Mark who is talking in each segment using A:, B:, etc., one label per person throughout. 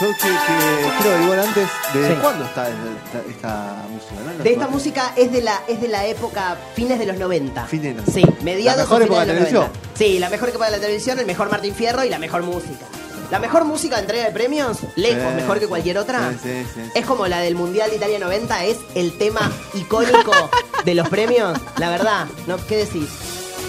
A: Yo que, que creo igual antes, ¿de
B: Sí.
A: cuándo está esta, esta música? no? En los
B: De esta
A: 90.
B: música es de la es de la época fines de los 90.
A: Fines de los-
B: Sí, mediados
A: La mejor
B: o finales
A: época de la
B: los
A: televisión.
B: 90. Sí, la mejor época de la televisión, el mejor Martín Fierro y la mejor música. La mejor música de entrega de premios, lejos,
A: Sí,
B: mejor que cualquier otra.
A: sí, sí, sí, sí.
B: Es como la del Mundial de Italia 90, es el tema icónico de los premios. La verdad, ¿no? ¿qué decís?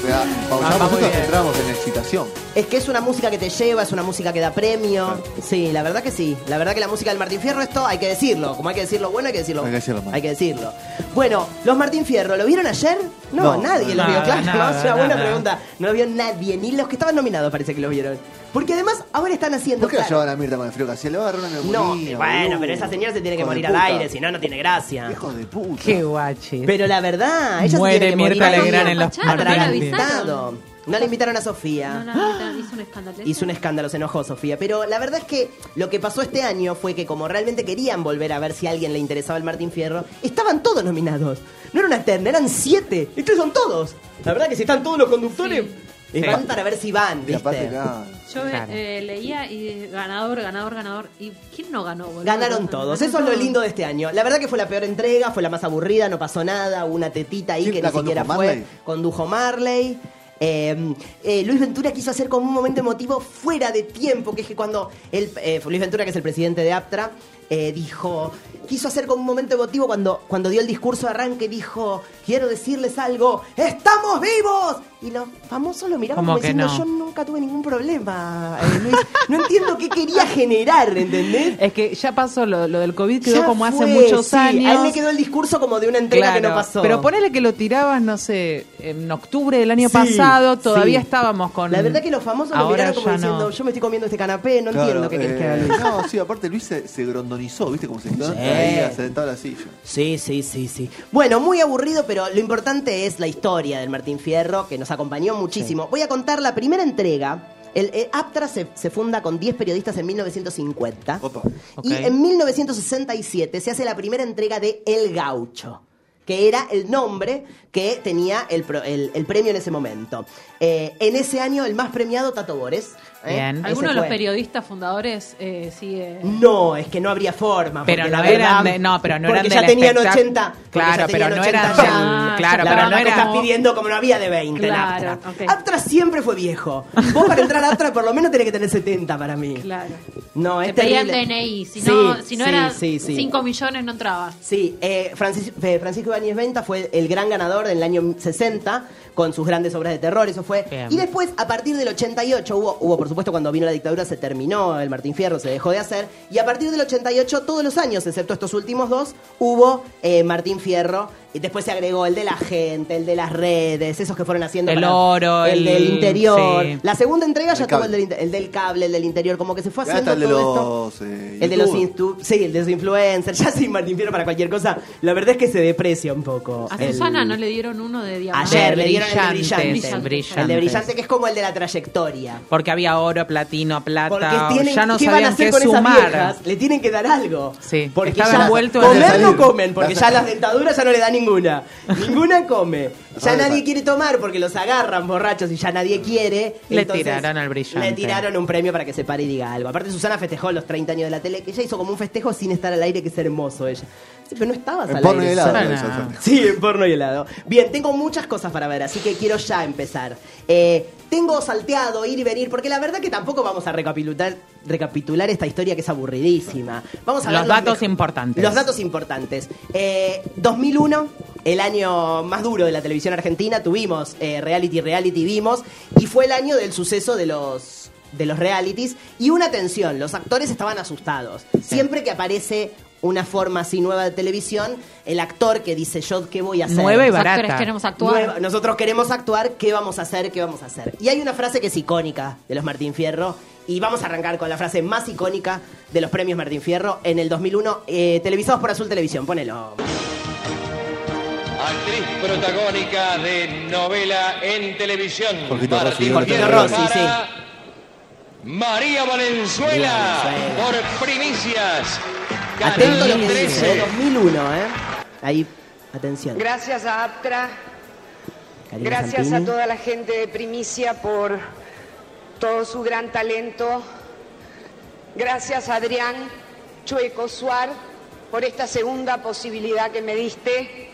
A: Vea,
B: Ah,
A: Pausamos
B: muy
A: esto,
B: bien.
A: entramos en excitación.
B: Es que es una música que te lleva, es una música que da premio. Sí, la verdad que sí. La verdad que la música del Martín Fierro, esto hay que decirlo. Como hay que decirlo bueno, hay que decirlo
A: Hay que decirlo mal.
B: Hay que decirlo. Bueno, los Martín Fierro, ¿lo vieron ayer? No,
A: No.
B: nadie los vio,
C: Nada,
B: claro.
C: nada,
B: es una buena
C: nada.
B: pregunta. No lo vio nadie, ni los que estaban nominados parece que los vieron. Porque además ahora están haciendo.
A: ¿Por qué la
B: claro,
A: llevaban a Mirta con el frío que hacía? Le va a agarrar una
B: no,
A: neumonía,
B: bueno,
A: boludo.
B: pero esa señora se tiene que
A: Hijo de
B: morir al
A: puta.
B: aire, si no, no tiene gracia.
A: Hijo de puta.
C: Qué guachi.
B: Pero la verdad, ella
C: Muere
B: se tiene que morir.
C: Mirta
B: al aire.
C: Legrand en los
B: No la
C: Martín.
B: han invitado. No la invitaron a Sofía.
D: No, no, ahorita hizo un escándalo.
B: ¡Ah! Hizo un escándalo, se enojó Sofía. Pero la verdad es que lo que pasó este año fue que como realmente querían volver a ver si a alguien le interesaba el Martín Fierro, estaban todos nominados. No era una terna, eran siete. Estos son todos. La verdad que si están todos los conductores, eh,
C: Sí.
B: van para ver si van,
A: Y
B: ¿viste?
A: aparte acá.
D: Yo eh,
C: Claro.
D: eh, leía y ganador, ganador, ganador. ¿Y quién no ganó? boludo?
B: Ganaron todos. Eso es lo lindo de este año. La verdad que fue la peor entrega, fue la más aburrida, no pasó nada, hubo una tetita ahí
A: ¿Quién
B: que
A: la
B: ni siquiera
A: condujo,
B: fue.
A: Marley?
B: Condujo Marley. Eh, eh, Luis Ventura quiso hacer como un momento emotivo fuera de tiempo, que es que cuando el, eh, Luis Ventura, que es el presidente de APTRA, eh, dijo, quiso hacer como un momento emotivo cuando, cuando dio el discurso de arranque, dijo, quiero decirles algo, ¡estamos vivos! Y los famosos lo miraban
C: ¿Cómo
B: como
C: que
B: diciendo,
C: no?
B: yo nunca tuve ningún problema, eh, Luis. No entiendo qué quería generar, ¿entendés?
C: Es que ya pasó lo, lo del COVID, quedó
B: Ya
C: como hace
B: fue,
C: muchos
B: sí.
C: años.
B: A él le quedó el discurso como de una entrega que no
C: Claro,
B: pasó.
C: Pero ponele que lo tirabas, no sé, en octubre del año
B: Sí,
C: pasado, todavía
B: sí.
C: estábamos con.
B: La verdad que los famosos lo
C: Ahora
B: miraron como
C: ya
B: diciendo,
C: no.
B: yo me estoy comiendo este canapé, no entiendo qué querés que haga
A: eh,
B: Luis.
A: No, sí, aparte Luis se, se grondonizó, ¿viste? Como se quedó
B: Sí.
A: ahí sentado en la silla.
B: Sí, sí, sí, sí. Bueno, muy aburrido, pero lo importante es la historia del Martín Fierro, que nos acompañó muchísimo. Voy a contar la primera entrega. El, el Aptra se, se funda con 10 periodistas en 1950.
A: Opa.
B: Y
C: Ok.
B: en 1967 se hace la primera entrega de El Gaucho, que era el nombre que tenía el, pro- el- el premio en ese momento. Eh, en ese año, el más premiado, Tato Bores. ¿eh?
C: Bien.
B: Ese
D: ¿Alguno de los
B: fue. Mm.
D: periodistas fundadores eh, sigue?
B: No, es que no habría forma.
C: Pero
B: porque
C: no
B: la
C: eran
B: verdad-
C: de- no, pero no
B: porque
C: eran
B: ya
C: del
B: tenían
C: espectac-
B: 80. porque
C: Claro,
B: ya
C: pero
B: tenían
C: no eran
B: 80 ya.
C: del- claro,
B: la
D: pero
B: verdad
D: no
B: que
D: era-
B: estás pidiendo como no había de 20 en
D: Claro,
B: Aptra.
D: ok.
B: Aptra siempre fue viejo. Vos para entrar a Aptra por lo menos tenés que tener 70 para mí.
D: Claro.
B: No,
D: Te
B: es
D: pedían
B: Este terrible.
D: DNI. Si
B: Sí,
D: no, si no
B: sí,
D: era
B: sí, sí.
D: 5 millones, no entrabas.
B: Sí, eh, Francis- eh, Francisco Ibáñez Venta fue el gran ganador del año 60 con sus grandes obras de terror, eso fue.
C: Bien.
B: Y después, a partir del 88, hubo, hubo, por supuesto, cuando vino la dictadura se terminó el Martín Fierro, se dejó de hacer. Y a partir del 88, todos los años, excepto estos últimos dos, hubo eh, Martín Fierro. Y después se agregó el de la gente, el de las redes, esos que fueron haciendo.
C: El oro,
B: el,
C: el-
B: del interior.
C: sí.
B: La segunda entrega ya
A: El
B: tuvo
A: cable.
B: el del, inter- el del cable, el del interior, como que se fue
A: Ya
B: haciendo
A: está el de
B: todo esto.
A: los. eh,
B: El de los
A: youtubers.
B: instu- sí, el de los influencers, ya sin Martín Fierro para cualquier cosa. La verdad es que se deprecia un poco.
D: A
B: el-
D: Susana no le dieron uno de diamante.
B: Ayer le dieron el de brillante.
C: Brillantes,
D: brillantes.
B: El de brillante
C: brillantes.
B: que es como el de la trayectoria.
C: Porque había oro, platino,
B: Porque
C: plata.
B: tienen,
C: ya no
B: ¿qué van a
C: sabían
B: hacer
C: qué
B: con esas
C: sumar.
B: viejas? Le tienen que dar algo.
C: Sí,
B: porque
C: estaba
B: ya
C: envuelto en
B: comer
A: el-
B: no comen, porque
A: Vas
B: ya
A: a-
B: las dentaduras ya no le da ninguna. Ninguna come. Ya
A: Vas a-
B: nadie quiere tomar porque los agarran borrachos y ya nadie quiere.
C: Le
B: Entonces,
C: tiraron al brillante.
B: Le tiraron un premio para que se pare y diga algo. Aparte Susana festejó los 30 años de la tele, que ella hizo como un festejo sin estar al aire, que es hermoso ella. Sí, pero no estabas
A: En
B: al
A: porno y
B: aire.
A: helado.
B: Susana.
C: Sana.
A: eso, eso.
B: Sí, en porno y helado. Bien, tengo muchas cosas para ver, así que quiero ya empezar. Eh, tengo salteado, ir y venir, porque la verdad que tampoco vamos a recapitular, recapitular esta historia que es aburridísima. Vamos a
C: Los
B: ver
C: datos
B: mejo-
C: importantes.
B: Los datos importantes. Eh, 2001, el año más duro de la televisión argentina, tuvimos eh, reality, reality, vimos, y fue el año del suceso de los de los realities y una tensión, los actores estaban asustados. Siempre que aparece una forma así nueva de televisión, el actor que dice yo qué voy a hacer.
C: Nueva y
D: Los actores
C: barata.
D: queremos actuar.
B: Nueva- nosotros queremos actuar, ¿qué vamos a hacer? ¿Qué vamos a hacer? Y hay una frase que es icónica de los Martín Fierro. Y vamos a arrancar con la frase más icónica de los premios Martín Fierro en el 2001, eh, televisados por Azul Televisión. Ponelo.
E: Actriz protagónica de novela en televisión.
A: Jorgito Rossi,
E: Martín
A: Jorgito
E: Fierro
B: Rossi, sí.
E: para María Valenzuela,
B: Valenzuela.
E: por primicias.
B: Atento a lo
E: Canal
B: que dice,
E: 13.
B: eh, 2001, ¿eh? Ahí, atención.
F: Gracias a APTRA,
B: Karina
F: gracias a
B: Zampini.
F: toda la gente de Primicia por todo su gran talento. Gracias a Adrián Chueco Suar por esta segunda posibilidad que me diste.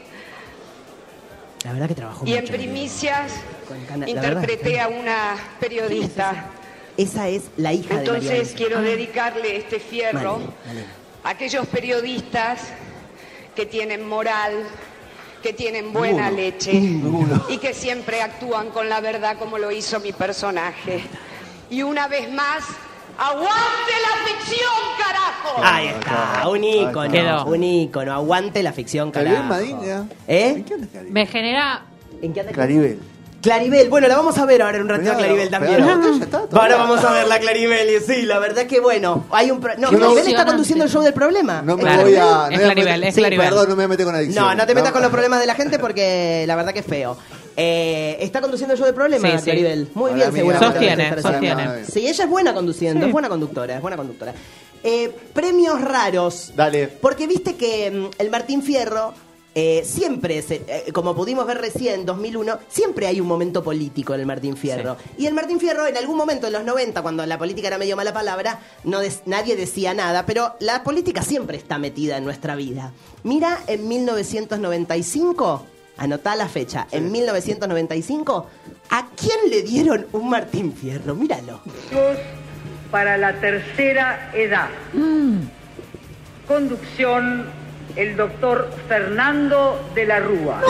B: La verdad que trabajó
F: Y en
B: mucho,
F: Primicias
B: Con Cana- la
F: interpreté
B: verdad.
F: a una periodista.
B: Esa es la hija de
F: Entonces
B: Mariana.
F: quiero dedicarle este fierro.
B: Malena, Malena.
F: aquellos periodistas que tienen moral, que tienen buena
A: Ninguno.
F: leche
A: Ninguno.
F: y que siempre actúan con la verdad como lo hizo mi personaje. Y una vez más, ¡aguante la ficción, carajo!
B: Ahí está, un ícono,
C: Quedó.
B: un ícono. Aguante la ficción,
A: Claribel
B: carajo.
A: Madinga.
B: ¿Eh?
A: ¿En qué anda Claribel?
D: Me genera.
B: ¿En qué anda
A: Claribel.
B: Claribel, bueno, la vamos a ver ahora en un ratito a
A: Pegada,
B: Claribel también.
A: pegada a la pantalla, está todo
B: ahora
A: bien.
B: vamos a ver la Claribel, y sí, la verdad que bueno. Hay un pro- No,
D: Qué
B: Claribel está
D: emocionante.
B: conduciendo el show del problema.
A: No me
C: Claro.
A: voy a.
C: Es
A: no voy a
C: Claribel,
A: meter-
C: es
A: Sí,
C: Claribel.
A: Perdón, no me voy a meter con la adicción.
B: No, no te metas con los problemas de la gente porque la verdad que es feo. Eh, está conduciendo el show del problema,
C: Sí, sí.
B: Claribel. Muy
A: Para
B: bien,
A: mí,
B: seguramente.
C: Sostiene,
B: debe estar
C: sostiene.
B: haciendo. Sí, ella es buena conduciendo, es buena conductora, es buena conductora. Eh, premios raros.
A: Dale.
B: Porque viste que mm, el Martín Fierro eh, siempre, se- eh, como pudimos ver recién, 2001, siempre hay un momento político en el Martín Fierro. Y el Martín Fierro, en algún momento en los 90, cuando la política era medio mala palabra, no des- nadie decía nada, pero la política siempre está metida en nuestra vida. Mira, en 1995, anotá la fecha, en 1995, ¿a quién le dieron un Martín Fierro? Míralo.
G: para la tercera edad. Conducción, el doctor Fernando de la Rúa.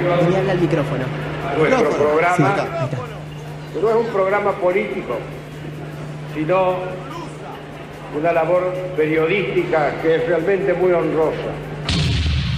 B: Y habla al micrófono.
H: nuestro
A: Micrófono. Sí,
H: programa
A: está, está.
H: no es un programa político, sino una labor periodística que es realmente muy honrosa.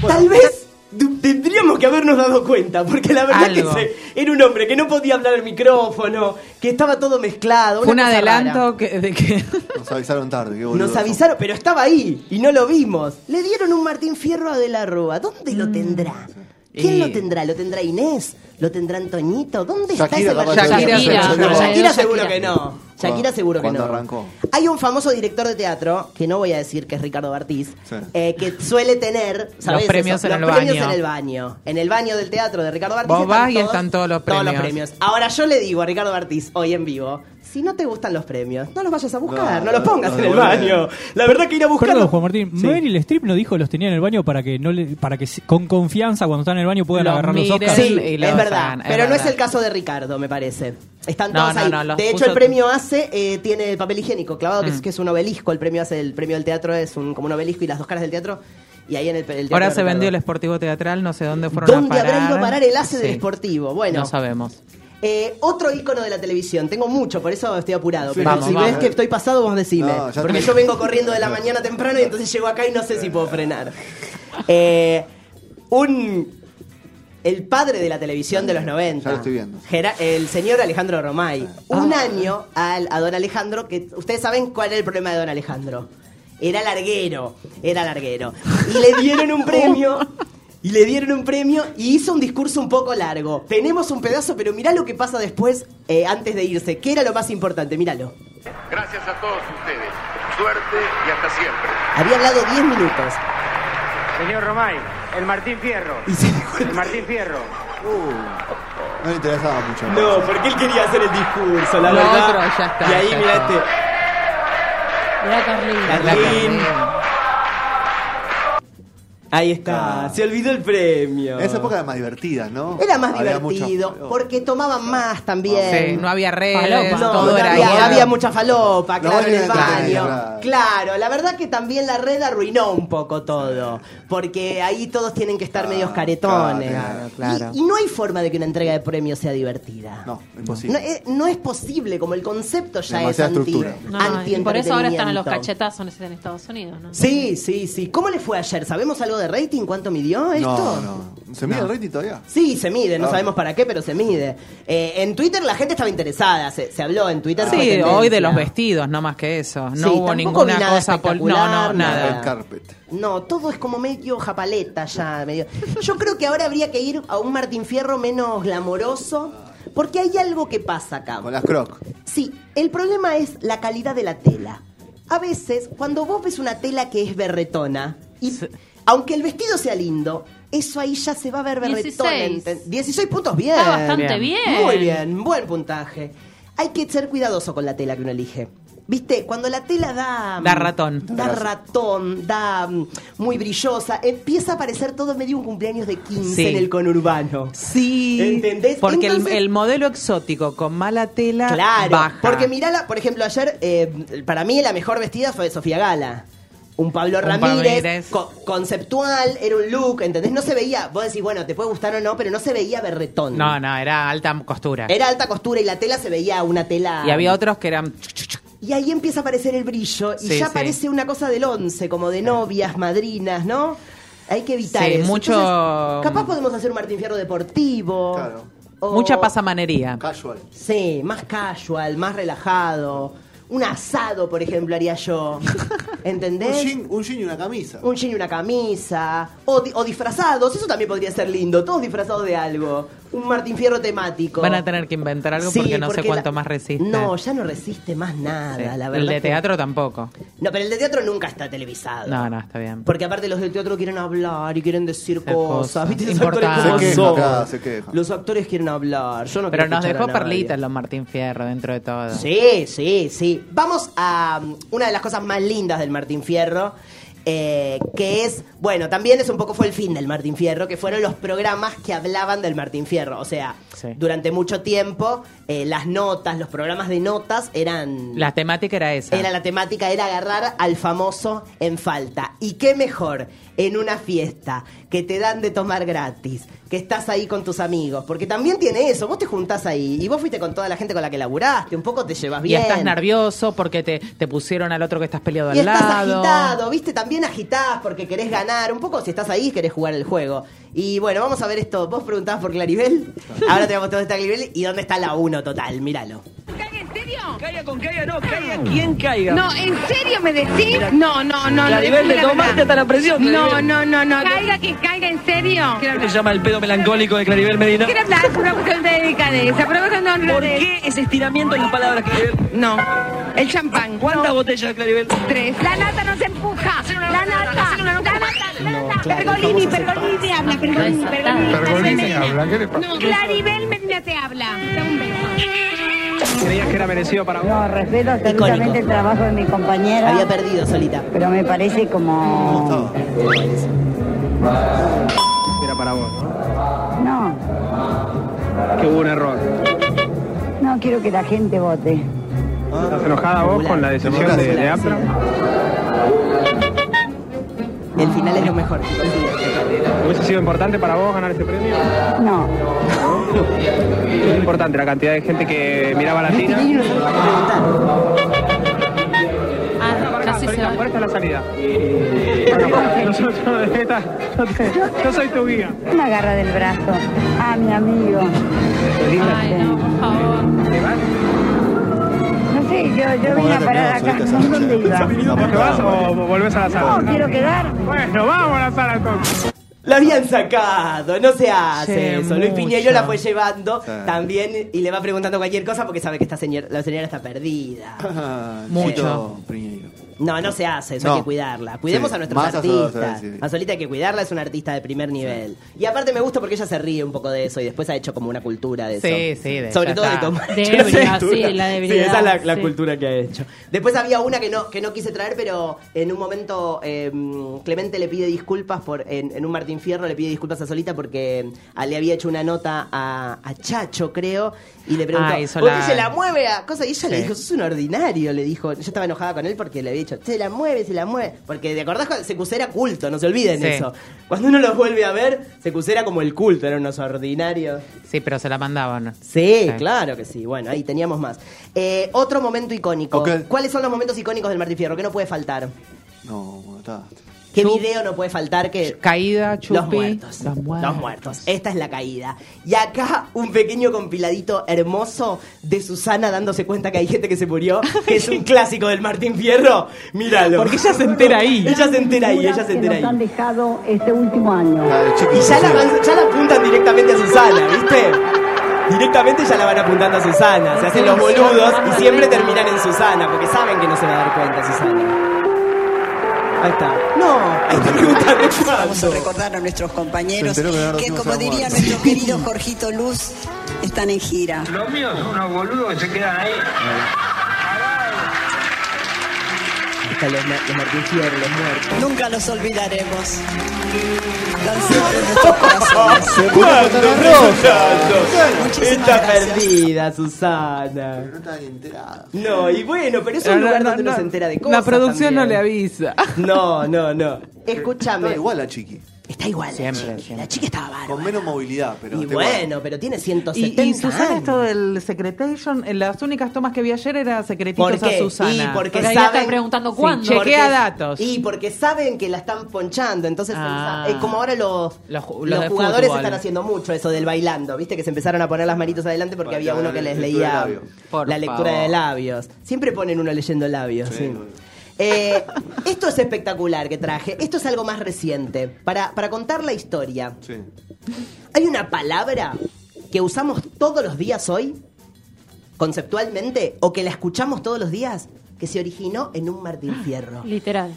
B: Tal vez du- tendríamos que habernos dado cuenta, porque la verdad
C: Algo.
B: que se- era un hombre que no podía hablar al micrófono, que estaba todo mezclado.
C: Fue un
B: una cosa rara.
C: adelanto que, de que.
A: Nos avisaron tarde. Qué boludo.
B: Nos avisaron, pero estaba ahí y no lo vimos. Le dieron un Martín Fierro a De la Rúa. ¿Dónde lo tendrá? ¿Quién
C: Mm. Y-
B: lo tendrá? ¿Lo tendrá Inés? ¿Lo tendrá Antoñito? ¿Dónde
A: Shakira
B: está ese
A: capaz
B: Martín
D: que lo
B: Fierro?
D: Shakira, tendrá.
B: No, Shakira
D: Shakira.
B: seguro que no. Shakira seguro que no.
A: Cuando arrancó.
B: Hay un famoso director de teatro, que no voy a decir que es Ricardo Bartiz,
A: Sí.
B: eh, que suele tener ¿sabés
C: Los premios en
B: los
C: el
B: premios
C: baño.
B: en el baño. En el baño del teatro de Ricardo Bartiz.
C: Vos vas y están todos los premios.
B: Ahora yo le digo a Ricardo Bartiz, hoy en vivo, si no te gustan los premios, no los vayas a buscar, no,
A: No,
B: los pongas
A: no,
B: en
A: no,
B: el
A: no.
B: baño. La verdad que ir a buscarlos...
I: Perdón, Juan Martín.
B: Sí.
I: Meryl Streep no dijo los tenía en el baño para que no le, para que se- con confianza cuando están en el baño puedan
C: Los
I: agarrar los
C: miren.
I: Oscars.
B: Sí,
C: y
B: es
C: los
B: verdad.
C: fan, es
B: pero no es
C: verdad.
B: el caso de Ricardo, me parece. Están
C: No,
B: todos
C: no,
B: ahí.
C: no, los
B: de hecho,
C: puso- Mm.
B: el premio ACE eh, tiene el papel higiénico clavado, que, es, que es un obelisco. El premio ACE, el premio del teatro es un, como un obelisco y las dos caras del teatro. Y ahí en el, el teatro
C: Ahora
B: de
C: se
B: Ricardo.
C: vendió el Esportivo Teatral, no sé dónde fueron
B: ¿Dónde
C: a parar.
B: habrá ido a parar el ACE del
C: Sí.
B: Esportivo? Bueno,
C: No sabemos.
B: eh, otro icono de la televisión. Tengo mucho, por eso estoy apurado.
A: Sí,
B: pero
C: vamos,
B: si
C: vamos.
B: ves que estoy pasado, vos decime.
A: No, ya
B: porque
A: te-
B: yo vengo corriendo de la mañana temprano y entonces llego acá y no sé si puedo frenar. Eh, un. El padre de la televisión de los 90.
A: Ya lo estoy viendo. Ah.
B: Gera- el señor Alejandro Romay. Un año al- a don Alejandro, que ustedes saben cuál era el problema de don Alejandro. Era larguero, era larguero. Y le dieron un premio. Y le dieron un premio y hizo un discurso un poco largo. Tenemos un pedazo, pero mirá lo que pasa después, eh, antes de irse. ¿Qué era lo más importante? Míralo.
H: Gracias a todos ustedes. Suerte y hasta siempre.
B: Había hablado 10 minutos.
H: Señor Romay, el Martín Fierro.
B: Y se dio cuenta-
H: El Martín Fierro.
A: No le interesaba mucho.
B: No, porque él quería hacer el discurso, la
C: Lo
B: verdad.
C: otro, ya está,
B: y ahí
C: ya
B: mirá
C: está.
B: este.
D: Mirá, Carlín.
B: Carlín.
J: Ahí está. Se olvidó el premio.
A: En esa época era más divertida, ¿no?
B: Era más
A: Había
B: divertido,
A: mucho-
B: porque tomaban más también.
C: Sí, Eh, no había redes,
B: Falopa.
C: todo
B: Eh, no
C: era
B: había,
C: ahí.
B: había mucha falopa,
C: No
B: claro, en
C: valía
B: el
C: la pena,
B: baño.
C: claro.
B: Claro, la verdad que también la red arruinó un poco todo, porque ahí todos tienen que estar medios caretones.
J: claro, claro.
B: Y, y no hay forma de que una entrega de premios sea divertida. No,
A: imposible.
B: eh, No es posible, como el concepto ya
A: Demasiada
B: es anti,
A: estructura.
D: No, y por eso ahora están a los
B: antientretenimiento.
D: cachetazos en Estados Unidos, ¿no?
B: Sí, sí, sí. ¿Cómo le fue ayer? ¿Sabemos algo de rating? ¿Cuánto midió esto?
A: No, no. ¿Se mide
B: No.
A: el rating todavía?
B: Sí, se mide, no
A: Ah.
B: sabemos para qué, pero se mide. Eh, en Twitter la gente estaba interesada, se, se habló en Twitter. fue
C: Sí,
B: tendencia.
C: hoy de los vestidos, no más que eso. No
B: Sí,
C: hubo
B: tampoco
C: ninguna
B: vi nada
C: cosa pol-
B: espectacular,
C: No,
B: nada.
C: no, nada.
A: El carpet.
B: No, todo es como medio japaleta ya, medio. Yo creo que ahora habría que ir a un Martín Fierro menos glamoroso, porque hay algo que pasa acá.
A: Con las crocs.
B: Sí, el problema es la calidad de la tela. A veces, cuando vos ves una tela que es berretona, y aunque el vestido sea lindo, eso ahí ya se va a ver berretona.
D: 16.
B: enten- 16 puntos, bien.
D: Está bastante bien.
B: Muy bien, buen puntaje. Hay que ser cuidadoso con la tela que uno elige. ¿Viste? Cuando la tela da...
C: Da ratón.
B: Da ratón, da mm, muy brillosa. Empieza a parecer todo medio un cumpleaños de 15
C: Sí.
B: en el conurbano.
C: Sí.
B: ¿Entendés?
C: Porque el-
B: Entonces-
C: el, modelo exótico con mala tela
B: Claro,
C: baja.
B: porque mirá, la- por ejemplo, ayer, eh, para mí la mejor vestida fue Sofía Gala. Un Pablo
C: Un Pablo
B: Ramírez,
C: Ramírez.
B: co- conceptual, era un look, ¿entendés? No se veía, vos decís, bueno, te puede gustar o no, pero no se veía berretón.
C: No, no, era alta costura.
B: Era alta costura y la tela se veía una tela...
C: Y había otros que eran...
B: Y ahí empieza a aparecer el brillo y
C: Sí,
B: ya
C: sí.
B: aparece una cosa del once, como de novias, madrinas, ¿no? Hay que evitar
C: Sí,
B: eso.
C: mucho-
B: Entonces, capaz podemos hacer un Martín Fierro deportivo. Claro. Oh.
C: Mucha pasamanería.
A: Casual.
B: Sí, más casual, más relajado. Un asado, por ejemplo, haría yo. ¿Entendés?
A: Un jean, un jean y una camisa.
B: Un jean y una camisa. O, di- o disfrazados, eso también podría ser lindo. Todos disfrazados de algo. Un Martín Fierro temático.
C: Van a tener que inventar algo
B: Sí,
C: porque no sé
B: porque
C: cuánto
B: la-
C: más resiste.
B: No, ya no resiste más nada,
C: Sí.
B: la verdad.
C: El de
B: que-
C: teatro tampoco.
B: No, pero el de teatro nunca está televisado.
C: No, no, está bien.
B: Porque aparte los del teatro quieren hablar y quieren decir
C: cosas.
B: cosas. ¿Viste? Los
C: Importante.
B: actores como
C: Se quejan
B: son.
C: acá,
A: se quejan.
B: Los actores quieren hablar. Yo no
C: Pero
B: quiero escuchar
C: nos
B: a
C: dejó
B: nadie.
C: perlitas los Martín Fierro dentro de todo.
B: Sí, sí, sí. Vamos a um, una de las cosas más lindas del Martín Fierro, eh, que es, bueno, también es un poco fue el fin del Martín Fierro, que fueron los programas que hablaban del Martín Fierro. O sea, durante mucho tiempo eh, las notas, los programas de notas eran...
C: La temática era esa.
B: Era la temática, era agarrar al famoso en falta. ¿Y qué mejor en una fiesta que te dan de tomar gratis, que estás ahí con tus amigos? Porque también tiene eso, vos te juntás ahí y vos fuiste con toda la gente con la que laburaste, un poco te llevas
C: y
B: bien.
C: estás nervioso porque te, te pusieron al otro que estás peleado
B: Y
C: al
B: estás
C: lado.
B: agitado, viste, también agitás porque querés ganar, un poco si estás ahí querés jugar el juego. Y bueno, vamos a ver esto, vos preguntabas por Claribel, ahora te vamos a dónde está Claribel y dónde está la 1 total, míralo.
K: ¿En serio? Caiga con caiga, no, caiga quien caiga.
L: No, ¿en serio me decís? No, no, no.
K: La
L: no,
K: nivel de
L: decime la
K: tomarte
L: verdad.
K: hasta la presión.
L: No,
K: Claribel.
L: no, no, no. Caiga que caiga, ¿en serio?
K: ¿Cómo se llama el pedo melancólico de Claribel Medina?
L: Quiero hablar con una cuestión de delicadeza, pero vos no
K: ¿Por qué ese estiramiento en las palabras, Claribel?
L: No. El champán.
K: ¿Cuántas botellas, Claribel?
L: Tres. La nata no se empuja. La nata. La nata. Pergolini, Pergolini habla. Pergolini, Pergolini.
M: Pergolini habla, ¿qué le pasa?
L: No, Claribel Medina te habla. Da un beso.
K: Creías que era merecido para
N: No, respeto absolutamente el trabajo de mi compañera.
B: Había perdido solita.
N: Pero me parece como.
K: Era para vos.
N: No,
K: Que hubo un error.
N: no quiero que la gente vote.
K: ¿Estás enojada vos con la decisión de, de APRA?
B: El final es lo mejor.
K: ¿Hubiese sido importante para vos ganar este premio?
N: No.
K: Es importante la cantidad de gente que miraba la tina.
L: Ah,
D: Casi se va.
K: Por esta es la salida. Nosotros, esta- yo, te- yo soy tu guía.
N: Me agarra del brazo. Ah, mi amigo.
K: Ay,
N: no, por favor. No sé, yo, yo vine a parar acá. ¿Dónde iba?
K: ¿Te vas o volvés a la sala?
N: No, quiero quedar.
K: Bueno, vamos a la sala entonces.
B: La habían sacado, no se hace
K: Che,
B: eso. Luis
K: mucho.
B: Piñeiro la fue llevando
A: Sí.
B: también y le va preguntando cualquier cosa porque sabe que esta señora, la señora está perdida.
A: Ah,
B: Mucho.
A: Chito Piñeiro.
B: No, no se hace, eso
A: No.
B: hay que cuidarla. Cuidemos
A: Sí,
B: a nuestros
A: más a Solita,
B: artistas.
A: sí.
B: A Solita hay que cuidarla, es una artista de primer nivel. Y aparte me gusta porque ella se ríe un poco de eso y después ha hecho como una cultura de eso.
C: Sí, sí, de-
B: Sobre
C: ya
B: todo de
C: está.
B: tomar.
C: De
B: Yo no sé.
C: ebria, sí, la de
B: Sí, esa es la- la cultura.
J: cultura que ha hecho.
B: Después había una que no, que no quise traer, pero en un momento eh, Clemente le pide disculpas por. En, en un Martín Fierro le pide disculpas a Solita porque ah, le había hecho una nota a, a Chacho, creo, y le preguntó.
C: Ay,
B: ¿Por qué
C: Solán.
B: se la mueve a cosa? Y ella le
C: Sí.
B: dijo, sos un ordinario, le dijo. Yo estaba enojada con él porque le había dicho, se la mueve, se la mueve. Porque te acordás cuando CQC era culto, no se olviden
C: Sí.
B: eso. Cuando uno los vuelve a ver, CQC era como el culto, eran unos ordinarios.
C: Sí, pero se la mandaban.
B: Sí,
C: Sí.
B: claro que sí. Bueno, ahí teníamos más. Eh, otro momento icónico.
A: Ok.
B: ¿Cuáles son los momentos icónicos del Martín Fierro? ¿Qué no puede faltar?
A: No, está.
B: ¿Qué video no puede faltar? Que
C: Eh, Caída, chupi.
B: Los muertos.
C: Los muertos.
B: Los muertos. Esta es la caída. Y acá un pequeño compiladito hermoso de Susana dándose cuenta que hay gente que se murió, que es un clásico del Martín Fierro. Míralo.
C: Porque
B: ella se entera ahí. Ella se entera ahí, ella se
N: que
B: entera
N: nos han
B: ahí.
N: dejado este último año.
B: Y ya la, van- ya la apuntan directamente a Susana, ¿viste? Directamente ya la van apuntando a Susana. Se hacen los boludos y siempre terminan en Susana, porque saben que no se va a dar cuenta Susana. Ahí está. No, hay que preguntarle
M: Vamos a
B: cuándo.
M: recordar a nuestros compañeros
B: Se enteró que Leonardo
M: que,
B: Fierro
M: como
B: se había
M: diría
B: muerto.
M: nuestro querido Jorgito Luz, están en gira.
E: Los míos son unos boludos que se quedan ahí.
B: Ahí está los, ma- los Martín Fierro, los muertos.
M: Nunca los olvidaremos. Tan siempre en nuestros corazones.
B: Se puso a contar las rosas. Está perdida, Susana. No está enterada. No, y bueno, pero es un
C: No, no,
B: lugar
C: no,
B: donde uno
C: no.
B: se entera de cosas.
C: La producción no
B: también.
C: le avisa.
B: No, no, no. Escúchame.
A: Está igual la chiqui.
B: Está igual. la, chiqui. la chica estaba bárbara.
A: Con menos movilidad, pero.
B: Y
A: está igual.
B: bueno, pero tiene
C: Y,
B: 170
C: y Susana,
B: años.
C: esto del Secretation, en las únicas tomas que vi ayer era secretitos
B: ¿Por qué?
C: a Susana.
B: Y porque
C: ahí
B: saben...
C: están Sí, chequea
B: Porque-
C: datos.
B: Y porque saben que la están ponchando. Entonces,
C: Ah.
B: eh, como ahora los,
C: Los ju-
B: los
C: los de
B: jugadores
C: fútbol.
B: están haciendo mucho eso del bailando. Viste que se empezaron a poner las manitos adelante porque había uno que les leía
C: Por
B: la lectura
C: favor.
B: de labios. Siempre ponen uno leyendo labios. sí. Eh, esto es espectacular que traje. Esto es algo más reciente. Para, para contar la historia,
A: Sí.
B: hay una palabra que usamos todos los días hoy, conceptualmente, o que la escuchamos todos los días, que se originó en un Martín
L: Ah,
B: Fierro.
D: Literal.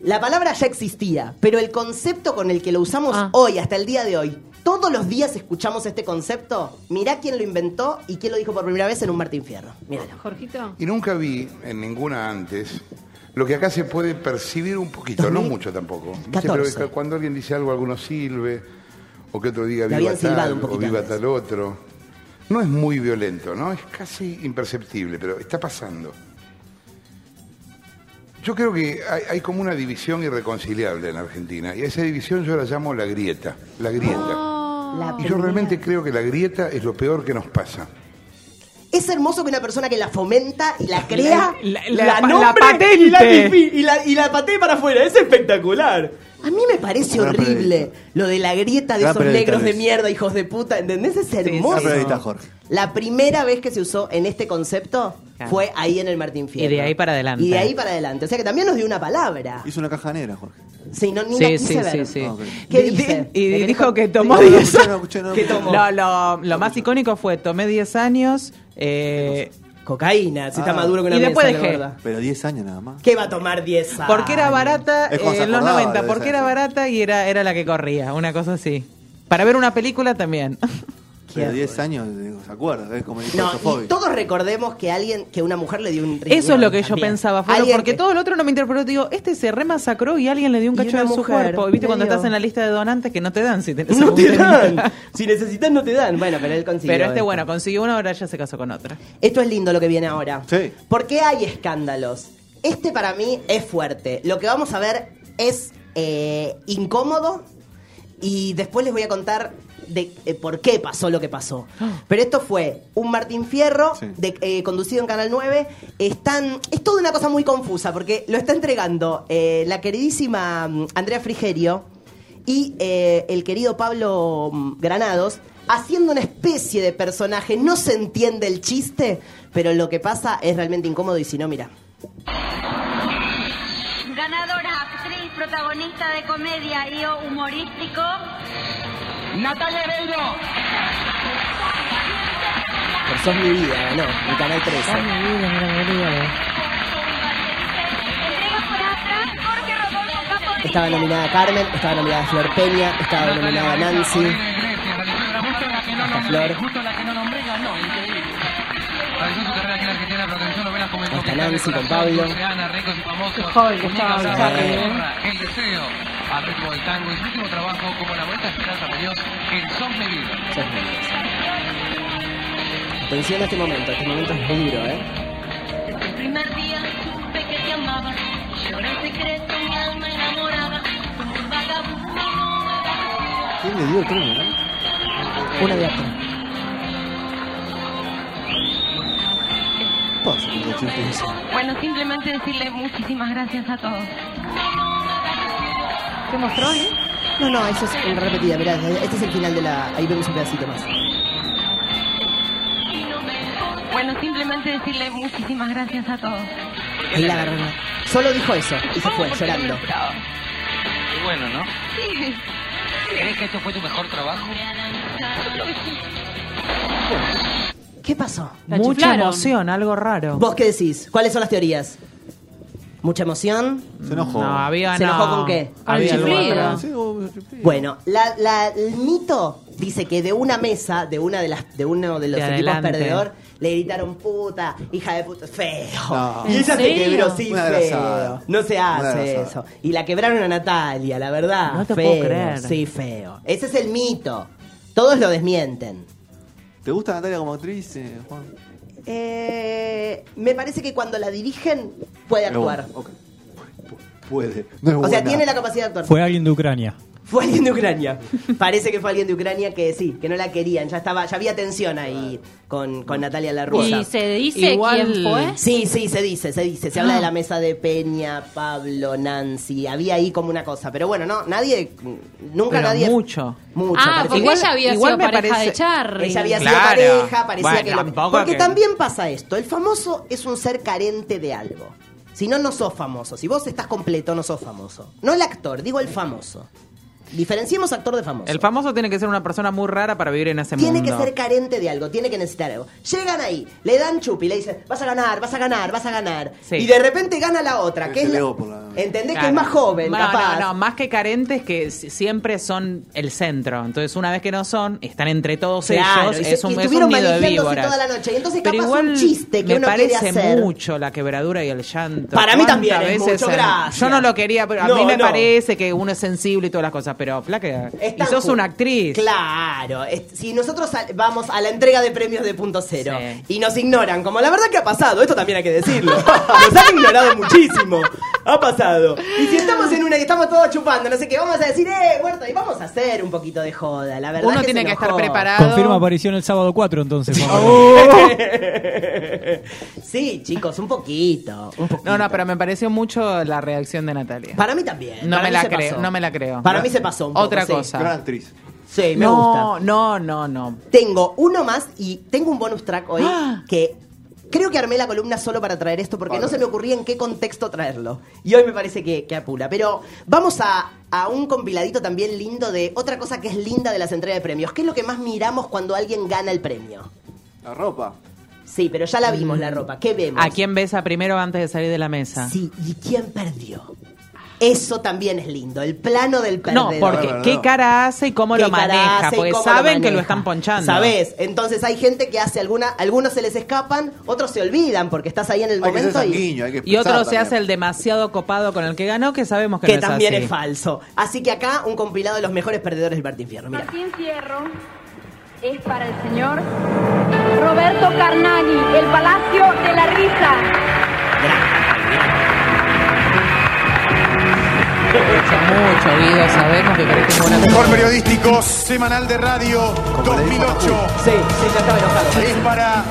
B: La palabra ya existía, pero el concepto con el que lo usamos hoy, hasta el día de hoy, todos los días escuchamos este concepto. Mirá quién lo inventó y quién lo dijo por primera vez en un Martín Fierro. Míralo.
D: Jorgito.
O: Y nunca vi en ninguna antes lo que acá se puede percibir un poquito, no mucho tampoco. ¿Viste? Pero
B: 14.
O: es cuando alguien dice algo, alguno sirve, o que otro diga
B: Le
O: viva
B: habían silbado
O: tal,
B: un
O: o
B: poquito
O: viva
B: antes.
O: tal otro. No es muy violento, ¿no? Es casi imperceptible, pero está pasando. Yo creo que hay, hay como una división irreconciliable en la Argentina, y a esa división yo la llamo la grieta, la grieta. y yo realmente creo que la grieta es lo peor que nos pasa.
B: Es hermoso que una persona que la fomenta y la crea,
C: La-
B: la,
C: la- la- la
B: nombre
C: patente.
B: y la, difi- y la- y la patee para afuera. Es espectacular. A mí me parece
A: Gran
B: horrible lo de la grieta de
A: Gran
B: esos
A: periodista,
B: negros de
A: Luis.
B: mierda, hijos de puta. ¿Entendés? Es
A: Ah, pero ahí está
B: hermoso.
A: Jorge.
B: La primera vez que se usó en este concepto
C: Claro.
B: fue ahí en el Martín Fierro.
C: Y de ahí para adelante.
B: Y de ahí para adelante. O sea que también nos dio una palabra.
A: Hizo una caja negra, Jorge.
B: Sí, no, ni
C: Sí,
B: la quise
C: sí,
B: ver.
C: sí, sí.
A: Ah, ok.
B: ¿Qué
C: Di-
B: dice?
C: di-
B: ¿Me
C: Y
B: querés
C: dijo
B: con-
C: que tomó
A: No, no
C: 10
A: escuché, no Ah, escuché, no
C: años.
A: ¿Qué tomó?
C: Lo, lo- lo más icónico fue, tomé 10 años. eh,
B: Cocaína, si está
C: Ah.
B: más duro que una
C: Y después
B: mesa, la
C: dejé.
B: verdad.
A: Pero 10 años nada más.
B: ¿Qué va a tomar 10 años?
C: Porque era barata
A: Es cuando
C: eh,
A: se
C: en los
A: acordaba,
C: 90,
A: debe
C: porque
A: ser,
C: era
A: sí.
C: barata y era, era la que corría, una cosa así. Para ver una película también.
A: Pero 10 años, digo, ¿se acuerda? Es como el
B: No,
A: claustrofobia.
B: y todos recordemos que alguien, que una mujer le dio un riñón
C: Eso es lo que yo
B: también.
C: pensaba, Floro,
B: Alguien
C: porque
B: que-
C: todo lo otro no me interpretó. Digo, este se remasacró y alguien le dio un
B: Y
C: cacho
B: una
C: de su
B: mujer,
C: cuerpo. ¿Viste cuando
B: medio-
C: estás en la lista de donantes que no te dan si tenés
B: No
C: algún
B: te
C: pendiente?
B: dan. Si necesitas no te dan. Bueno, pero él consiguió.
C: Pero este,
B: esto.
C: bueno, consiguió una, ahora ya se casó con otra.
B: Esto es lindo lo que viene ahora.
A: Sí.
B: ¿Por qué hay escándalos? Este para mí es fuerte. Lo que vamos a ver es eh, incómodo y después les voy a contar de eh, por qué pasó lo que pasó. Pero esto fue un Martín Fierro de- eh, conducido en Canal 9. Están, es toda una cosa muy confusa porque lo está entregando eh, la queridísima mm, Andrea Frigerio y eh, el querido Pablo mm, Granados haciendo una especie de personaje. No se entiende el chiste, pero lo que pasa es realmente incómodo y si no, mira.
L: Ganadora, actriz, protagonista de comedia y o humorístico. Natalia Bello.
B: Pero sos mi vida, ¿no? Mi canal 13.
L: Con
B: estaba nominada Carmen, estaba nominada Flor Peña, estaba nominada Nancy. Esta Flor. Hasta Nancy con Pablo.
P: Qué
D: joven que estaba Charlie, ¿eh?
P: El deseo al ritmo del tango y su último trabajo como la vuelta esperanza de Dios, el son de vida.
B: Atención a este momento, este momento es muy duro, ¿eh?
L: El primer día supe que te amaba, lloré en secreto mi alma enamorada, un vagabundo no me parecía.
A: ¿Quién le dio el premio? no?
B: Una de acá.
A: Pasa, que chiste eso.
L: Bueno, simplemente decirle muchísimas gracias a todos.
D: ¿Qué mostró, eh?
B: No, no, eso es en repetida, mirá, este es el final de la. Ahí vemos un pedacito más.
L: Bueno, simplemente decirle muchísimas gracias a todos.
B: Ahí la agarró. Solo dijo eso y se fue llorando.
P: Qué bueno, ¿no?
L: Sí,
P: ¿Crees que esto fue tu mejor trabajo?
B: ¿Qué pasó?
C: Mucha emoción, algo raro.
B: ¿Vos qué decís? ¿Cuáles son las teorías? ¿Mucha emoción?
A: Se enojó.
C: No, había
B: ¿Se
C: no.
B: enojó con qué?
C: Había algo raro.
B: Bueno, la, la- el mito dice que de una mesa, de una de las, de uno de los
C: De
B: equipos
C: adelante.
B: perdedor, le gritaron puta, hija de puta, feo.
A: No.
B: Y ella
A: ¿En
B: se
A: serio?
B: quebró, sí,
A: Una
B: feo.
A: abrazada.
B: No se
A: Una
B: hace
A: abrazada.
B: eso. Y la quebraron a Natalia, la verdad.
C: No te
B: feo,
C: puedo creer.
B: Sí, feo. Ese es el mito. Todos lo desmienten.
A: ¿Te gusta Natalia como actriz, eh, Juan?
B: Eh, me parece que cuando la dirigen puede
A: Pero
B: actuar.
A: bueno, ok. Puede. No es
B: O sea,
A: buena.
B: tiene la capacidad de actuar.
I: Fue alguien de Ucrania.
B: Fue alguien de Ucrania. Parece que fue alguien de Ucrania que sí, que no la querían. Ya estaba, ya había tensión ahí con, con Natalia Larrusa.
D: ¿Y se dice
C: Igual-
D: quién fue?
B: Sí, sí, se dice, se dice. Se habla de la mesa de Peña, Pablo, Nancy. Había ahí como una cosa. Pero bueno, no, nadie, nunca
C: Pero
B: nadie.
C: mucho.
B: Mucho.
D: Ah,
B: parece.
D: porque
C: Igual-
D: ella había
C: igual
D: sido
C: me
D: pareja
C: parece-
D: de Charlie.
B: Ella había
C: Claro.
B: sido pareja, parecía
C: Bueno,
B: que lo-
C: tampoco
B: Porque
C: que-
B: también pasa esto, el famoso es un ser carente de algo. Si no, no sos famoso. Si vos estás completo, no sos famoso. No el actor, digo el famoso. Diferenciemos actor de famoso.
C: El famoso tiene que ser una persona muy rara para vivir en ese
B: Tiene
C: mundo.
B: que ser carente de algo, tiene que necesitar algo. Llegan ahí, le dan chupi, le dicen, vas a ganar, vas a ganar, vas a ganar.
C: Sí.
B: Y de repente gana la otra, que
A: Se
B: es la-
A: legó por la-
B: ¿Entendés que
C: Claro.
B: es más joven,
C: no,
B: capaz?
C: No, no, más que carentes que s- siempre son el centro. Entonces, una vez que no son, están entre todos
B: Claro,
C: ellos.
B: y se-
C: Es
B: y
C: un, es
B: estuvieron
C: un nido de
B: manejéndose
C: víboras.
B: toda la noche. Y entonces
C: Pero
B: capaz
C: igual
B: un chiste que
C: me
B: uno quiere
C: parece
B: hacer.
C: mucho la quebradura y el llanto.
B: Para mí
C: ¿Cuántas
B: también es
C: veces
B: mucho,
C: en-
B: gracias.
C: Yo no lo quería, pero a
B: No,
C: mí me
B: no.
C: parece que uno es sensible y todas las cosas, pero flaca, y
B: Están
C: sos
B: ju-
C: una actriz.
B: Claro, es- si nosotros sal- vamos a la entrega de premios de punto cero
C: Sí.
B: y nos ignoran, como la verdad que ha pasado, esto también hay que decirlo. Nos han ignorado muchísimo. Ha pasado. Y si estamos en una y estamos todos chupando, no sé qué, vamos a decir, eh, muerto, y vamos a hacer un poquito de joda, la verdad.
C: Uno
B: se
C: tiene que
B: enojó.
C: estar preparado.
I: Confirma aparición el sábado 4, entonces. Juan.
B: Sí, chicos, un poquito. un poquito.
C: No, no, pero me pareció mucho la reacción de Natalia.
B: Para mí también.
C: No
B: para
C: me
B: mí
C: la
B: se
C: creo,
B: pasó.
C: no me la creo.
B: Para mí se pasó un poco,
C: Otra
B: sí.
C: cosa.
A: Gran actriz.
B: Sí, me gusta.
C: no, no, no, no.
B: Tengo uno más y tengo un bonus track hoy
C: Ah.
B: que creo que armé la columna solo para traer esto porque no se me ocurría en qué contexto traerlo. Y hoy me parece que, que apura. Pero vamos a, a un compiladito también lindo de otra cosa que es linda de las entregas de premios. ¿Qué es lo que más miramos cuando alguien gana el premio?
A: La ropa.
B: Sí, pero ya la vimos la ropa. ¿Qué vemos?
C: Mm. ¿A quién besa primero antes de salir de la mesa?
B: Sí, ¿y quién perdió? Eso también es lindo, el plano del
C: No,
B: perdedor.
C: porque
A: No, no,
C: qué
A: no.
C: cara hace y cómo
B: qué
C: lo
B: cara
C: maneja,
B: hace y
C: porque
B: cómo lo
C: saben que lo
B: maneja.
C: están ponchando.
B: Sabes, entonces hay gente que hace alguna, algunos se les escapan, otros se olvidan porque estás ahí en el
A: Hay que ser
B: momento y
A: sanguíneo, hay que
C: Y otro
A: expresar
C: se hace
A: también.
C: el demasiado copado con el que ganó, que sabemos que,
B: que
C: no es
B: también
C: así.
B: es falso. Así que acá un compilado de los mejores perdedores del Martín Fierro. Mira,
L: Martín Fierro es para el señor Roberto Carnani, el Palacio de la Risa.
C: Mucho, Guido, sabemos que querés que una
Q: Mejor periodístico semanal de radio 2008
B: sí, sí, ya estaba enojado.
Q: es para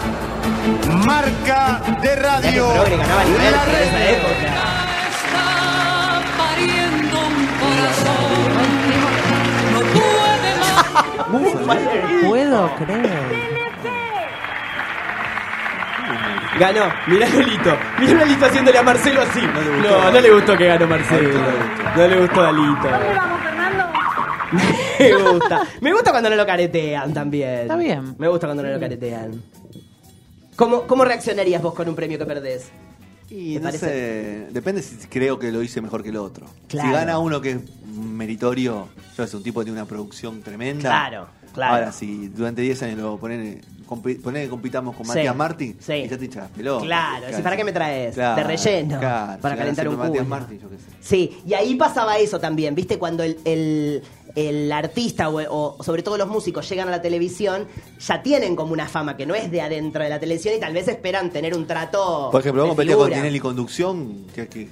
Q: marca de radio
B: Pero que ganaba el nivel
Q: la
B: en
Q: red.
B: esa época.
C: No puedo creer.
B: Ganó, mirá Lolito, mirá Lolito haciéndole a Marcelo así. No, no, le gustó que ganó Marcelo. No le gustó a Lolito.
L: ¿Dónde vamos, Fernando?
B: Me gusta. Me gusta cuando no lo caretean también.
C: Está bien.
B: Me gusta cuando no lo caretean. ¿Cómo, cómo reaccionarías vos con un premio que perdés?
A: Y
B: ¿Te
A: no
B: parece?
A: sé, depende si creo que lo hice mejor que el otro.
B: Claro.
A: Si gana uno que es meritorio, yo sé, un tipo que tiene una producción tremenda.
B: Claro, claro.
A: Ahora, si durante 10 años lo ponen, compi- ponen que compitamos con
B: Sí,
A: Matías Martín, y ya te hinchas las pelotas.
B: Claro, decís, ¿para qué me traes?
A: Claro,
B: De relleno,
A: claro,
B: para
A: si
B: calentar
A: ganás
B: un
A: siempre Matías
B: culo.
A: Martín, yo qué sé.
B: Sí, y ahí pasaba eso también, ¿viste? Cuando el, el- el artista o, o sobre todo los músicos llegan a la televisión, ya tienen como una fama que no es de adentro de la televisión y tal vez esperan tener un trato.
A: Por ejemplo, vos
B: de
A: competías con
B: Oh, figura.
A: Tinelli Conducción, que, que- que-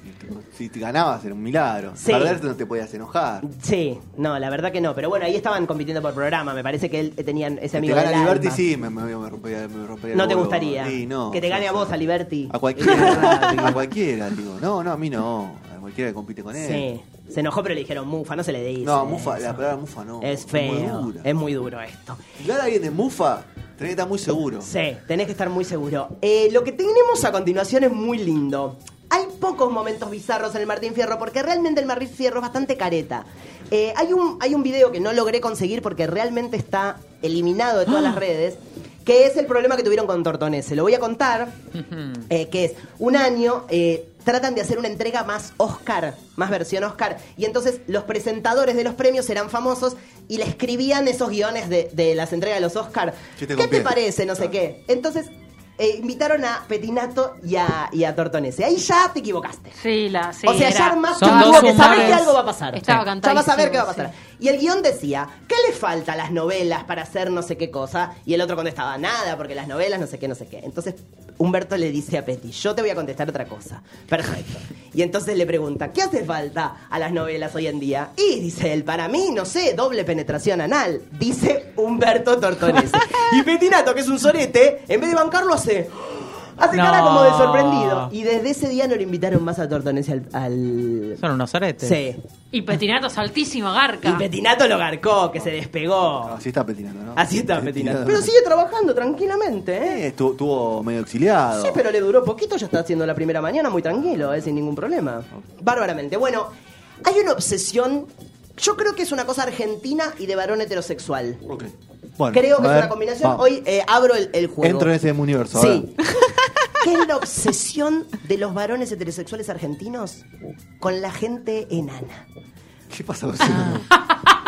A: si te ganabas era un milagro.
B: Sí.
A: Perder no te podías enojar.
B: Sí, no, la verdad que no, pero bueno, ahí estaban compitiendo por programa, me parece que él, eh, tenían ese
A: Que te
B: amigo. del
A: gana
B: alma.
A: Liberty, sí, me, me- me rompería, me rompería
B: No
A: el
B: te
A: huevo.
B: gustaría.
A: Sí, no,
B: que te
A: yo
B: gane a
A: sé.
B: vos, a Liberty. Eh,
A: A cualquiera, digo, a cualquiera, digo. No, no, a mí no. A cualquiera que compite con él.
B: Sí. Se enojó, pero le dijeron mufa, no se le dice.
A: No, mufa,
B: eso.
A: la palabra mufa no.
B: Es
A: muy
B: feo.
A: dura.
B: Es muy duro esto.
A: Si gana alguien de mufa, tenés que estar muy seguro.
B: Sí, tenés que estar muy seguro. Eh, lo que tenemos a continuación es muy lindo. Hay pocos momentos bizarros en el Martín Fierro porque realmente el Martín Fierro es bastante careta. Eh, hay, un, hay un video que no logré conseguir porque realmente está eliminado de todas las redes, que es el problema que tuvieron con Tortonés. Se lo voy a contar, eh, que es un año... eh, Tratan de hacer una entrega más Oscar, más versión Oscar. Y entonces los presentadores de los premios eran famosos y le escribían esos guiones de, de las entregas de los Oscar.
A: Chiste
B: ¿Qué
A: con
B: te
A: piel.
B: parece? No sé qué. Entonces, eh, invitaron a Petinato y a, y a Tortonese. Ahí ya te equivocaste.
D: Sí, la, sí,
B: o sea,
D: era-
B: ya armaste
D: Son
B: un
D: dos
B: dúo que sabés
D: humores.
B: que algo va a pasar.
D: Estaba
B: Ya vas a ver
D: cantadísimo,
B: qué va a pasar. Y el guión decía, ¿qué le falta a las novelas para hacer no sé qué cosa? Y el otro contestaba, nada, porque las novelas no sé qué, no sé qué. Entonces Humberto le dice a Peti, yo te voy a contestar otra cosa. Perfecto. Y entonces le pregunta, ¿qué hace falta a las novelas hoy en día? Y dice él, para mí, no sé, doble penetración anal. Dice Humberto Tortonese. y Petinato, que es un sorete, en vez de bancarlo hace... Hace
C: No.
B: cara como de sorprendido. Y desde ese día no lo invitaron más a Tortonese al- al...
C: Son unos aretes.
B: Sí. Ah.
D: Y Petinato saltísima garca.
B: Y Petinato lo garcó, que se despegó.
A: Así está Petinato, ¿no?
B: Así está
A: Petinato.
B: Petinato. Pero sigue trabajando tranquilamente, ¿eh?
A: Eh, Estuvo, estuvo medio exiliado.
B: Sí, pero le duró poquito, ya está haciendo la primera mañana muy tranquilo, ¿eh? sin ningún problema. Bárbaramente. Bueno, hay una obsesión, yo creo que es una cosa argentina y de varón heterosexual.
A: Bueno,
B: creo que
A: a
B: es
A: ver,
B: una combinación.
A: vamos.
B: Hoy eh, abro el, el juego.
A: Entro en ese universo. a
B: Sí.
A: ver.
B: ¿Qué es la obsesión de los varones heterosexuales argentinos con la gente enana?
A: ¿Qué pasa con
B: Ah.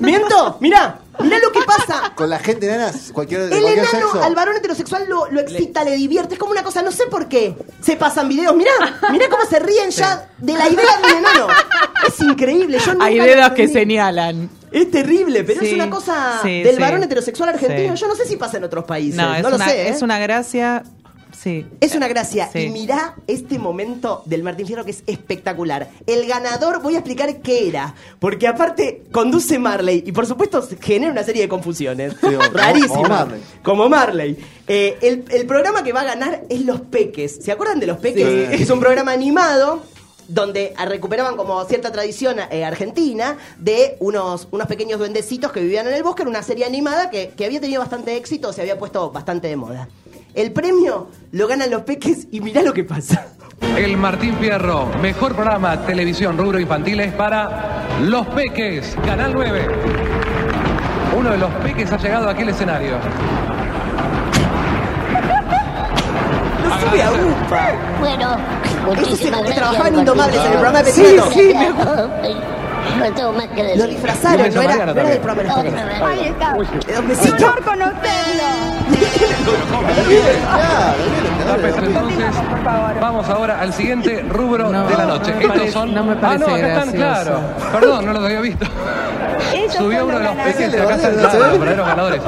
B: ¡Miento! ¡Mirá! ¡Mirá lo que pasa!
A: Con la gente nana, cualquier, de
B: El
A: cualquier
B: enano
A: sexo.
B: al varón heterosexual lo, lo excita, le... divierte. Es como una cosa, no sé por qué. Se pasan videos. Mirá, mirá cómo se ríen ya de la idea de un enano. Es increíble. Yo nunca
C: Hay
B: lo
C: dedos que
B: entendí.
C: señalan.
B: Es terrible, pero es
C: Sí,
B: una cosa
C: sí,
B: del
C: sí.
B: varón heterosexual argentino.
C: Sí.
B: Yo no sé si pasa en otros países. No,
C: No, es,
B: lo
C: una,
B: sé. ¿eh?
C: es una gracia. Sí.
B: Es una gracia.
C: Sí.
B: Y mirá este momento del Martín Fierro que es espectacular. El ganador, voy a explicar qué era. Porque aparte conduce Marley y por supuesto se genera una serie de confusiones.
A: Sí, o-
B: Rarísima.
A: como Marley.
B: Como Marley. Eh, el, el programa que va a ganar es Los Peques. ¿Se acuerdan de Los Peques?
A: Sí.
B: Es un programa animado donde ah, recuperaban como cierta tradición eh, argentina de unos, unos pequeños duendecitos que vivían en el bosque, en una serie animada que, que había tenido bastante éxito, se había puesto bastante de moda. El premio lo ganan los peques y mirá lo que pasa.
P: El Martín Fierro, mejor programa televisión rubro infantil es para Los Peques, Canal 9. Uno de los peques ha llegado a aquel escenario.
B: Lo sube a UPA.
L: Bueno, muchísimas
B: que
L: gracias.
B: trabajaban
L: Martín.
B: Indomables en el programa de
L: Sí,
B: Petinato.
L: sí, me acuerdo. No tengo más que decir.
B: Lo disfrazaron, no era, no era del programa de los peques.
L: Ahí está.
B: Eh, Un besito.
P: Entonces, vamos ahora al siguiente rubro de la noche.
C: no me
P: Estos
C: parece-
P: son.
C: no me
P: ah,
C: parece
P: no, acá están,
C: gracioso.
P: claro. Perdón, no los había visto. Subió uno de los peques y acá están claro, los verdaderos ganadores.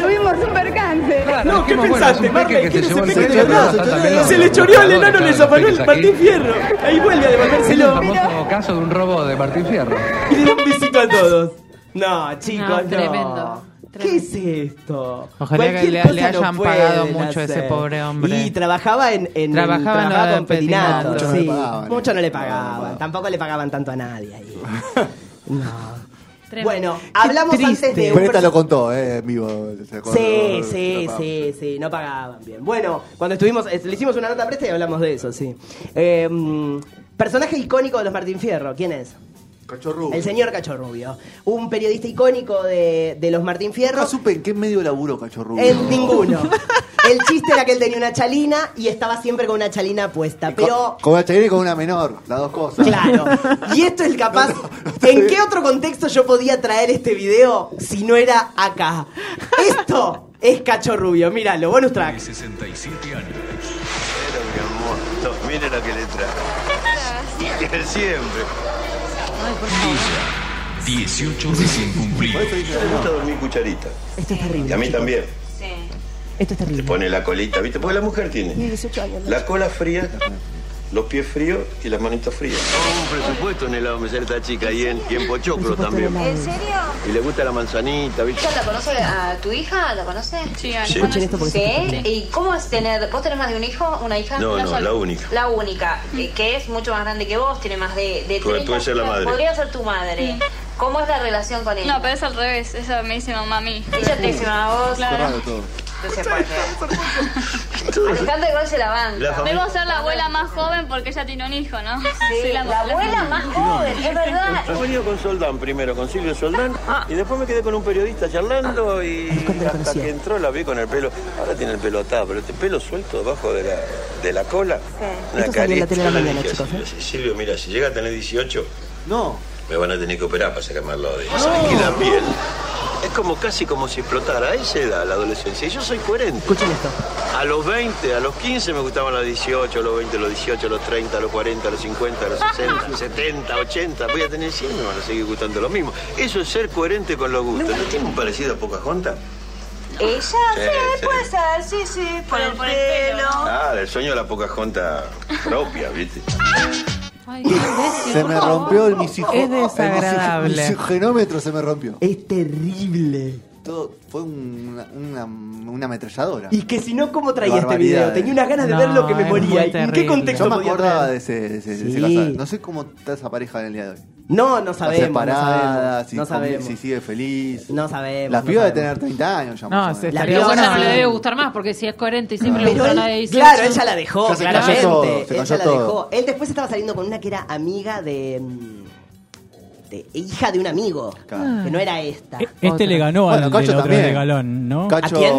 M: Tuvimos un percance.
P: No, ¿qué
M: pensaste,
P: Marley? Que se llevó el
M: se
P: premio,
M: choreó,
P: pero
M: se
P: están
M: choreó.
P: también los
M: Se le
B: choreó al
P: ganadores,
B: enano,
P: claro,
B: le
P: los
B: zafanó
P: peques
B: el
P: aquí.
B: Martín Fierro. Ahí vuelve a devolvérselo.
P: Es el famoso caso de un robo de Martín Fierro.
B: Y le da un besito a todos. No, chicos,
D: No,
B: no.
D: tremendo,
B: ¿Qué es esto?
C: Ojalá que
B: Cualquier
C: le-
B: cosa
C: le hayan
B: pueden
C: pagado mucho a ese
B: hacer.
C: pobre hombre.
B: Y trabajaba en, en-
C: Trabajaba en lo de
B: con Petinato.
C: Petinato. Mucho no le
B: sí.
C: pagaban,
B: Mucho no le pagaban. Tampoco le pagaban tanto a nadie ahí. No. Bueno, hablamos antes de un
A: Peretta lo contó, eh, en vivo. se acordó,
B: Sí, sí,
A: lo-
B: sí, sí, no pagaban bien. Bueno, cuando estuvimos, eh, le hicimos una nota presta y hablamos de eso, sí. Eh, mm, personaje icónico de los Martín Fierro, ¿quién es?
A: Cachorro.
B: El señor Cachorrubio, un periodista icónico de, de los Martín Fierro.
A: Nunca supe en qué medio laburó Cachorro.
B: En ninguno. El chiste era que él tenía una chalina y estaba siempre con una chalina puesta. Pero,
A: Con una chagrera y con una menor, las dos cosas.
B: claro. Y esto es capaz. ¿En qué otro contexto yo podía traer este video si no era acá? Esto es Cacho Rubio. Míralo, bonus track.
R: 67 años. Pero mi amor, no, mire lo que le traje. Que siempre. Lisa, 18 recién cumplidos. Le gusta dormir cucharita.
B: Esto es
R: Y
B: terrible.
R: a mí
B: chicos.
R: también.
B: Esto es
R: Le
B: terrible.
R: pone la colita, ¿viste? Porque la mujer
B: Tiene
R: tiene
B: 18 años.
R: la cola fría, los pies fríos y las manitas frías. Un presupuesto en el hombre, ya esta chica y en, y en Pochoclo también.
S: ¿En serio?
R: Y le gusta la manzanita, ¿viste?
S: ¿Ya la conoce a tu hija? ¿La conoce? Sí,
R: la Sí. conozco. Escuchen esto porque
S: ¿Sí?
R: sí.
S: ¿Y cómo es tener? ¿Vos tenés más de un hijo? ¿Una hija?
R: No,
S: Una
R: no,
S: sola.
R: la única.
S: La única, eh, que es mucho más grande que vos, tiene más de, de
R: Tú- tú ella es la madre.
S: Podría ser tu madre. ¿Cómo es la relación con ella?
T: No, pero es al revés. Ella me dice mamá a mí.
S: Ella te dice mamá a vos.
T: Claro.
A: todo.
S: No se puede. Alejandra igual se la
R: La
S: banca.
R: familia-
T: Debo ser la abuela más joven porque ella tiene un hijo, ¿no? Sí,
S: la abuela más joven, es verdad.
R: He venido con Soldán primero, con Silvio Soldán, y después me quedé con un periodista charlando y hasta que entró la vi con el pelo. Ahora tiene el pelo atado, pero este pelo suelto debajo de la, de la cola. Una
S: Esto salió en la tele de la
R: Yo le
S: mañana,
R: dije a Silvio, "Sí, Silvio, mira, si llega a tener 18,
A: no.
R: me van a tener que operar para sacarme el lado de ¿Sabes que la piel? Es como casi como si explotara a esa edad, la adolescencia. Y yo soy coherente.
B: Escuchen esto.
R: A los 20, a los 15 me gustaban los 18, a los 20, a los 18, a los 30, a los 40, a los 50, a los 60, a los 70, 80. Voy a tener 100 y me van a seguir gustando lo mismo. Eso es ser coherente con los gustos. ¿No tiene un parecido a Pocahontas?
S: Ella, sí,
R: Sí, sí.
S: puede ser, sí, sí, por el pelo.
R: Ah, del sueño de la Pocahontas propia, ¿viste?
A: Se me rompió el misijo.
C: Es desagradable.
A: El misijo- misigenómetro se me rompió.
B: Es terrible.
A: Todo fue un- una, una ametralladora.
B: Y que si no, ¿cómo traía este
A: Barbaridades.
B: video? Tenía unas ganas de ver lo que me moría. ¿En qué contexto
A: Yo me
B: podía
A: acordaba
B: traer?
A: de ese, de ese- de ese
B: Sí.
A: casal. No sé cómo está esa pareja en el día de hoy.
B: No, no
A: Está
B: sabemos, no
A: separada,
B: sabemos,
A: si,
B: no
A: com-
B: sabemos.
A: si sigue feliz.
B: No sabemos.
A: La
B: no
A: piba de
B: sabemos.
A: tener 30 años ya.
B: No,
A: más o
B: se
A: menos.
B: estaría
D: Bueno,
B: bueno.
D: no le debe gustar más porque si es coherente y siempre le
B: Pero
D: gusta la de
B: él-
D: 18.
B: claro, ella la dejó,
A: Ya se cayó
B: claramente.
A: todo, se
B: ella
A: cayó
B: la
A: todo.
B: dejó. Él después estaba saliendo con una que era amiga de. mm, de hija de un amigo. Que no era esta.
I: Este le ganó al
A: Cacho
I: del otro
A: también.
I: de Galán, ¿no?
A: Cacho- ¿A quién?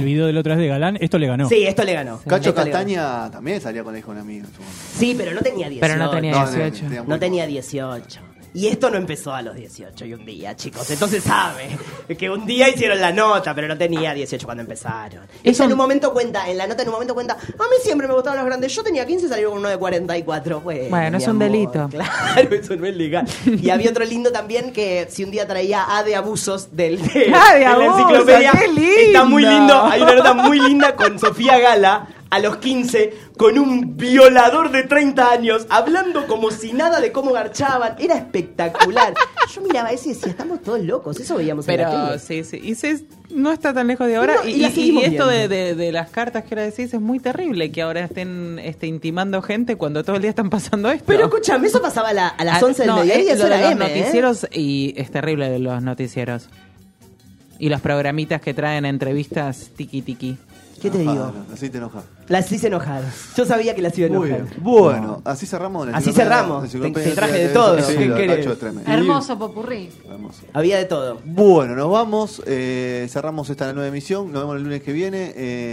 I: Al video del otro es de Galán, esto le ganó.
B: Sí, esto le ganó.
A: Cacho
B: Esto le ganó.
A: Castaña también salía con la hija de un amigo. en su momento.
B: Sí, pero no tenía 18.
A: Pero no tenía No, no, 18. tenía muy
B: No tenía 18. Y esto no empezó a los 18 y un día, chicos. Entonces sabe que un día hicieron la nota, pero no tenía 18 cuando empezaron. Ella en un momento cuenta, en la nota en un momento cuenta, a mí siempre me gustaban los grandes. Yo tenía 15 y salí con uno de 44. Bueno,
C: Bueno, es un
B: mi amor,
C: delito.
B: Claro, eso no es legal. Y había otro lindo también que si un día traía A de abusos del, de,
C: Ah, de
B: la
C: abusos,
B: enciclopedia.
C: qué lindo.
B: Está muy lindo. Hay una nota muy linda con Sofía Gala a los 15 con un violador de 30 años hablando como si nada de cómo garchaban. Era espectacular. Yo miraba eso y decía, estamos todos locos. Eso veíamos en la
C: Pero
B: tele.
C: sí, sí. Y se- no está tan lejos de ahora.
B: No,
C: y,
B: y la
C: y-
B: seguimos
C: y esto de,
B: viendo.
C: de- de las cartas que ahora decís es muy terrible que ahora estén este, intimando gente cuando todo el día están pasando esto.
B: Pero escúchame, eso pasaba a, la- a las 11 del
C: Ah, no,
B: mediodía y
C: es
B: eso
C: lo de
B: era
C: los
B: M. ¿eh?
C: noticieros y es terrible de los noticieros. Y los programitas que traen entrevistas tiki tiki.
B: ¿Qué te digo?
A: Enojado, Así te enojas.
B: Las hice enojar. Yo sabía que las iba a
A: Muy
B: enojar.
A: bien. Bueno, así cerramos. la
B: Así
A: enciclopedia-
B: cerramos.
A: la enciclopedia
B: Te- te traje de
A: la-
B: todo.
A: Sí,
B: ¿Qué
A: lo de
B: querés?
A: Cacho es tremendo.
D: Hermoso popurrí.
B: Había de todo.
A: Bueno, nos vamos. eh, cerramos esta nueva emisión. Nos vemos el lunes que viene. eh,